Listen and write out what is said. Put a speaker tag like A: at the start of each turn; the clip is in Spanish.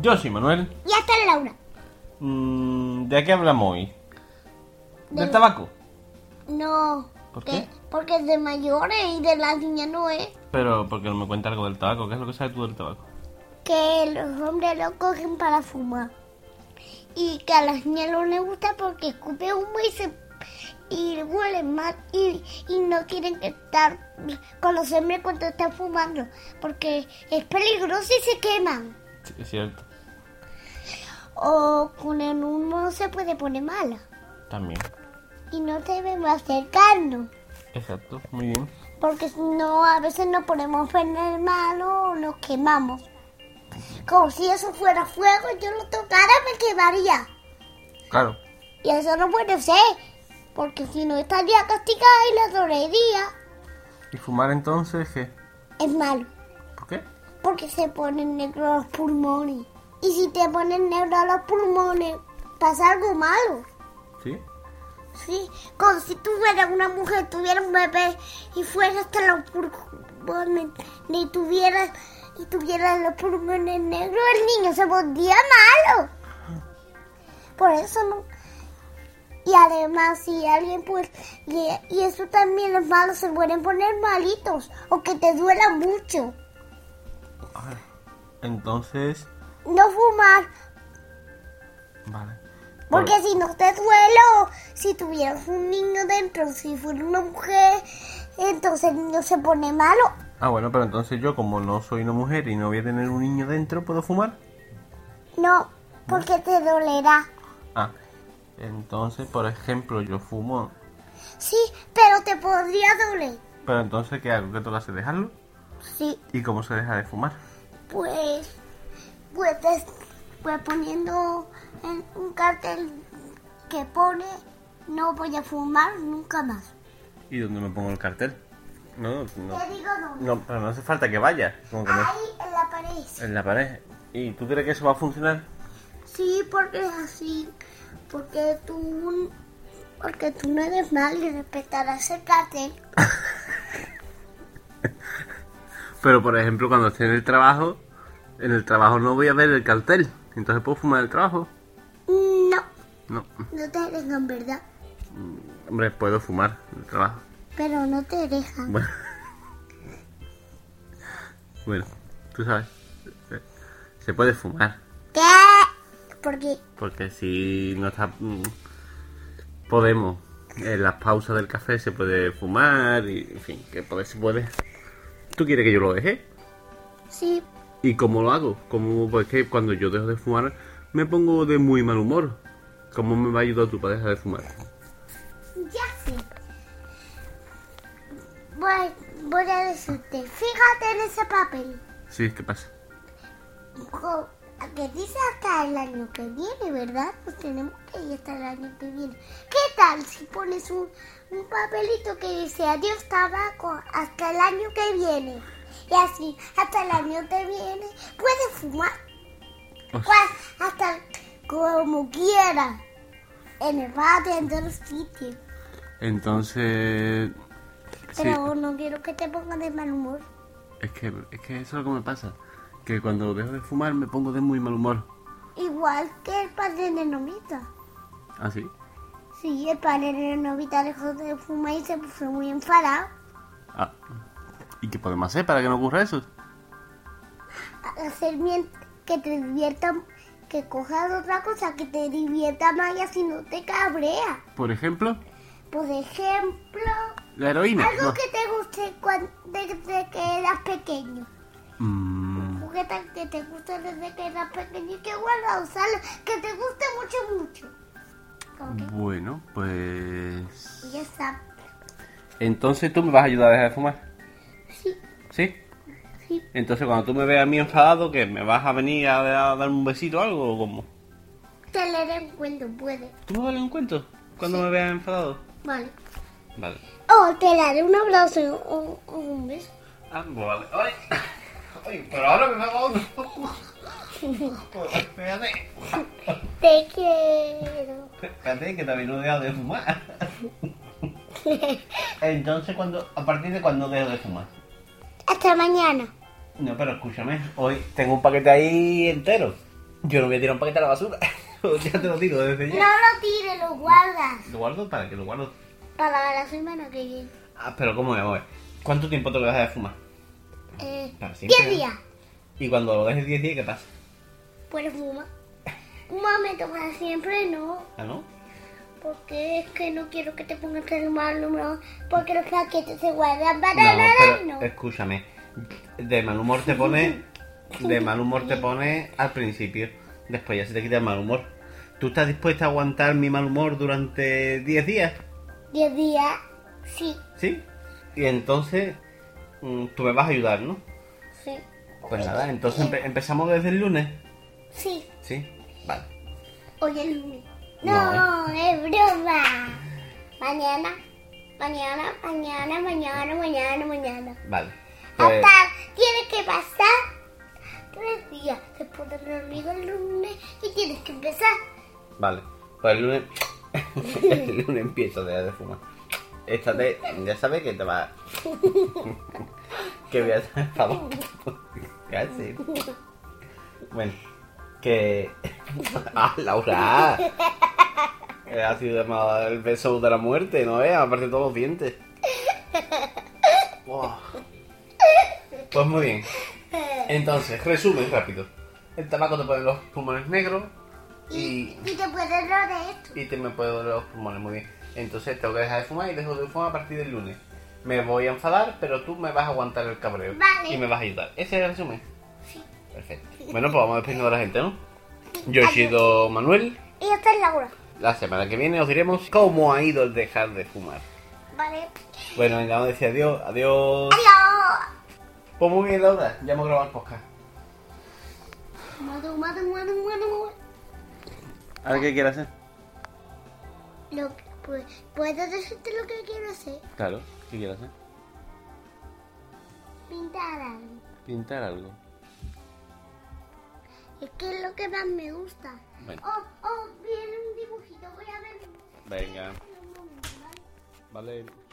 A: Yo soy Manuel.
B: Y hasta Laura.
A: Mm, ¿De qué hablamos hoy? ¿Del
B: Del-
A: tabaco?
B: No.
A: ¿Por
B: de-
A: qué?
B: Porque es de mayores y de las niñas no es.
A: Pero porque no me cuenta algo del tabaco. ¿Qué es lo que sabes tú del tabaco?
B: Que los hombres lo cogen para fumar. Y que a las niñas no les gusta porque escupe humo y se y huelen mal y, y no quieren que estar con los hombres cuando están fumando porque es peligroso y se queman
A: Sí, es cierto.
B: o con el humo se puede poner mala
A: También.
B: y no debemos acercarnos
A: Exacto. Muy bien.
B: Porque si no, a veces nos ponemos en el malo o nos quemamos. Como si eso fuera fuego, yo lo tocara, me quemaría.
A: Claro.
B: Y eso no puede ser, porque si no estaría castigada y la dolería.
A: ¿Y fumar entonces qué?
B: Es malo,
A: ¿Por qué?
B: porque se ponen negros los pulmones. Y si te ponen negros los pulmones, pasa algo malo.
A: ¿Sí?
B: Sí, como si tú fueras una mujer, tuvieras un bebé y fueras hasta los pulmones, ni tuvieras, y tuvieras los pulmones negros, el niño se volvía malo. Por eso no. Y además, si alguien pues, y, y eso también los malos se pueden poner malitos, o que te duela mucho.
A: Entonces...
B: No fumar,
A: Vale.
B: Porque si no te duele, o si tuvieras un niño dentro, si fuera una mujer, entonces el niño se pone malo.
A: Ah, bueno, pero entonces yo como no soy una mujer y no voy a tener un niño dentro, ¿puedo fumar?
B: No, porque te dolerá.
A: Ah, entonces, por ejemplo, yo fumo.
B: Sí, pero te podría doler.
A: Pero entonces, ¿qué hago? ¿Qué tú haces? ¿Dejarlo?
B: Sí,
A: ¿Y cómo se deja de fumar?
B: pues, pues, te- pues poniendo en un cartel que pone no voy a fumar nunca más.
A: ¿Y dónde me pongo el cartel? No, no.
B: Te digo dónde.
A: No, pero no hace falta que vaya. Como que me-
B: Ahí en la pared.
A: En la pared. ¿Y tú crees que eso va a funcionar?
B: Sí, porque es así. Porque tú, porque tú no eres mal y respetarás el cartel.
A: Pero, por ejemplo, cuando esté en el trabajo, en el trabajo no voy a ver el cartel. Entonces puedo fumar en el trabajo.
B: No,
A: No.
B: no te dejan, ¿verdad?
A: Hombre, puedo fumar en el trabajo.
B: Pero no te dejan.
A: Bueno. Bueno, tú sabes. eh, Se puede fumar.
B: ¿Qué? Porque
A: Porque si no está. mm, Podemos. En las pausas del café se puede fumar y. En fin, que puede, se puede. ¿Tú quieres que yo lo deje?
B: sí,
A: ¿Y cómo lo hago? ¿Cómo, porque cuando yo dejo de fumar me pongo de muy mal humor. ¿Cómo me va a ayudar tu pareja de fumar?
B: ya sé. Voy, voy a decirte, fíjate en ese papel.
A: Sí, ¿qué pasa?
B: Jo, Que dice hasta el año que viene, ¿verdad? Nos tenemos que ir hasta el año que viene. ¿Qué tal si pones un, un papelito que dice adiós tabaco hasta el año que viene? Y así, hasta el año que viene, puedes fumar
A: Os-
B: cua- hasta como quieras. En el patio, en todos los sitios.
A: Entonces. sí.
B: Pero no quiero que te pongas de mal humor.
A: Es que, es que eso es lo que me pasa. Que cuando dejo de fumar me pongo de muy mal humor.
B: Igual que el padre de Nomita.
A: ¿Así?
B: Sí, el padre de novita dejó de fumar y se puso muy enfadado.
A: Ah. ¿Y qué podemos hacer para que no ocurra eso?
B: A- Hacer bien que te divierta, que cojas otra cosa que te divierta más y así no te cabrea.
A: Por ejemplo,
B: Por ejemplo,
A: la heroína.
B: algo
A: No.
B: que te guste cuan- desde que eras pequeño.
A: Mm,
B: Juguetas que te guste desde que eras pequeño y que guarda usarlo, que te guste mucho, mucho. Como que-
A: bueno, pues.
B: y ya está.
A: Entonces tú me vas a ayudar a dejar de fumar.
B: Sí,
A: ¿Sí?
B: sí.
A: Entonces cuando tú me veas a mí enfadado, que ¿Me vas a venir a, a darme un besito o algo? ¿O cómo?
B: Te leeré en cuento, puede.
A: ¿Tú me vas a dar un cuento? Cuando me veas enfadado.
B: Vale.
A: Vale.
B: O te daré un abrazo o, o un beso.
A: Ah, vale. Ay. Ay, pero ahora me va a dar un... Espérate.
B: Te quiero.
A: Espérate, que también no he dejado de fumar. Entonces, cuando, ¿a partir de cuándo dejo de fumar?
B: Hasta mañana.
A: No, pero escúchame, hoy tengo un paquete ahí entero. Yo no voy a tirar un paquete a la basura. ya te lo digo desde
B: No
A: ya.
B: lo tires, lo guardas.
A: ¿Lo guardo para que lo guardo?
B: Para la semana que viene.
A: Ah, pero ¿cómo es? A ver, ¿Cuánto tiempo te lo dejas de fumar?
B: Eh,
A: Para
B: 10
A: siempre.
B: días.
A: Y cuando lo dejes 10 días, ¿qué pasa?
B: Pues fuma. Un momento para siempre, no.
A: ¿Ah, no?
B: Porque es que no quiero que te pongas tan mal humor. Porque los paquetes se guardan para
A: Ah, No,
B: nada,
A: pero
B: no.
A: escúchame. De mal humor te pone. De mal humor te pone al principio. Después ya se te quita el mal humor. ¿Tú estás dispuesta a aguantar mi mal humor durante 10 días?
B: 10 días, sí,
A: ¿Sí? Y entonces. mm, Tú me vas a ayudar, ¿no?
B: sí.
A: Pues nada, entonces empe- empezamos desde el lunes.
B: Sí,
A: ¿Sí? Vale.
B: hoy es lunes. No,
A: No. eh.
B: es broma. Mañana, mañana, mañana, mañana, mañana, mañana.
A: Vale. Pues,
B: Hasta tiene que pasar tres días después del domingo el lunes y tienes que empezar.
A: vale. Pues el lunes. el lunes empiezo a dejar de fumar. Esta te, ya sabes que te va. que voy a hacer favor. Casi. Bueno, que. ¡Ah, Laura! Que Ha sido llamado el beso de la muerte, ¿no es? Aparte de todos los dientes. Wow. Pues muy bien.
B: Eh,
A: Entonces, resumen rápido. El tabaco te pone los pulmones negros y,
B: Y te puedes lo de esto.
A: y te me puede doler los pulmones. Muy bien. Entonces tengo que dejar de fumar y dejo de fumar a partir del lunes. Me voy a enfadar, pero tú me vas a aguantar el cabreo.
B: Vale.
A: Y me vas a ayudar. Ese es el resumen.
B: Sí.
A: Perfecto. Bueno, pues vamos despidiendo a la gente, ¿no? Yo he sido Manuel.
B: Y esta es Laura.
A: La semana que viene os diremos cómo ha ido el dejar de fumar.
B: Vale.
A: Bueno, venga, vamos a decir adiós. Adiós.
B: Adiós.
A: Pues muy bien, Laura. Ya hemos grabado el podcast.
B: Madu, madu, madu, madu.
A: A ver qué quieres hacer.
B: Lo que, pues, puedo decirte lo que quiero hacer.
C: Claro, ¿qué quieres hacer?
B: Pintar algo.
C: Pintar algo.
B: Es que es lo que más me gusta.
C: Bueno.
B: Oh, oh, viene un dibujito. Voy a ver.
C: Venga,
B: un momento, ¿vale?
C: vale.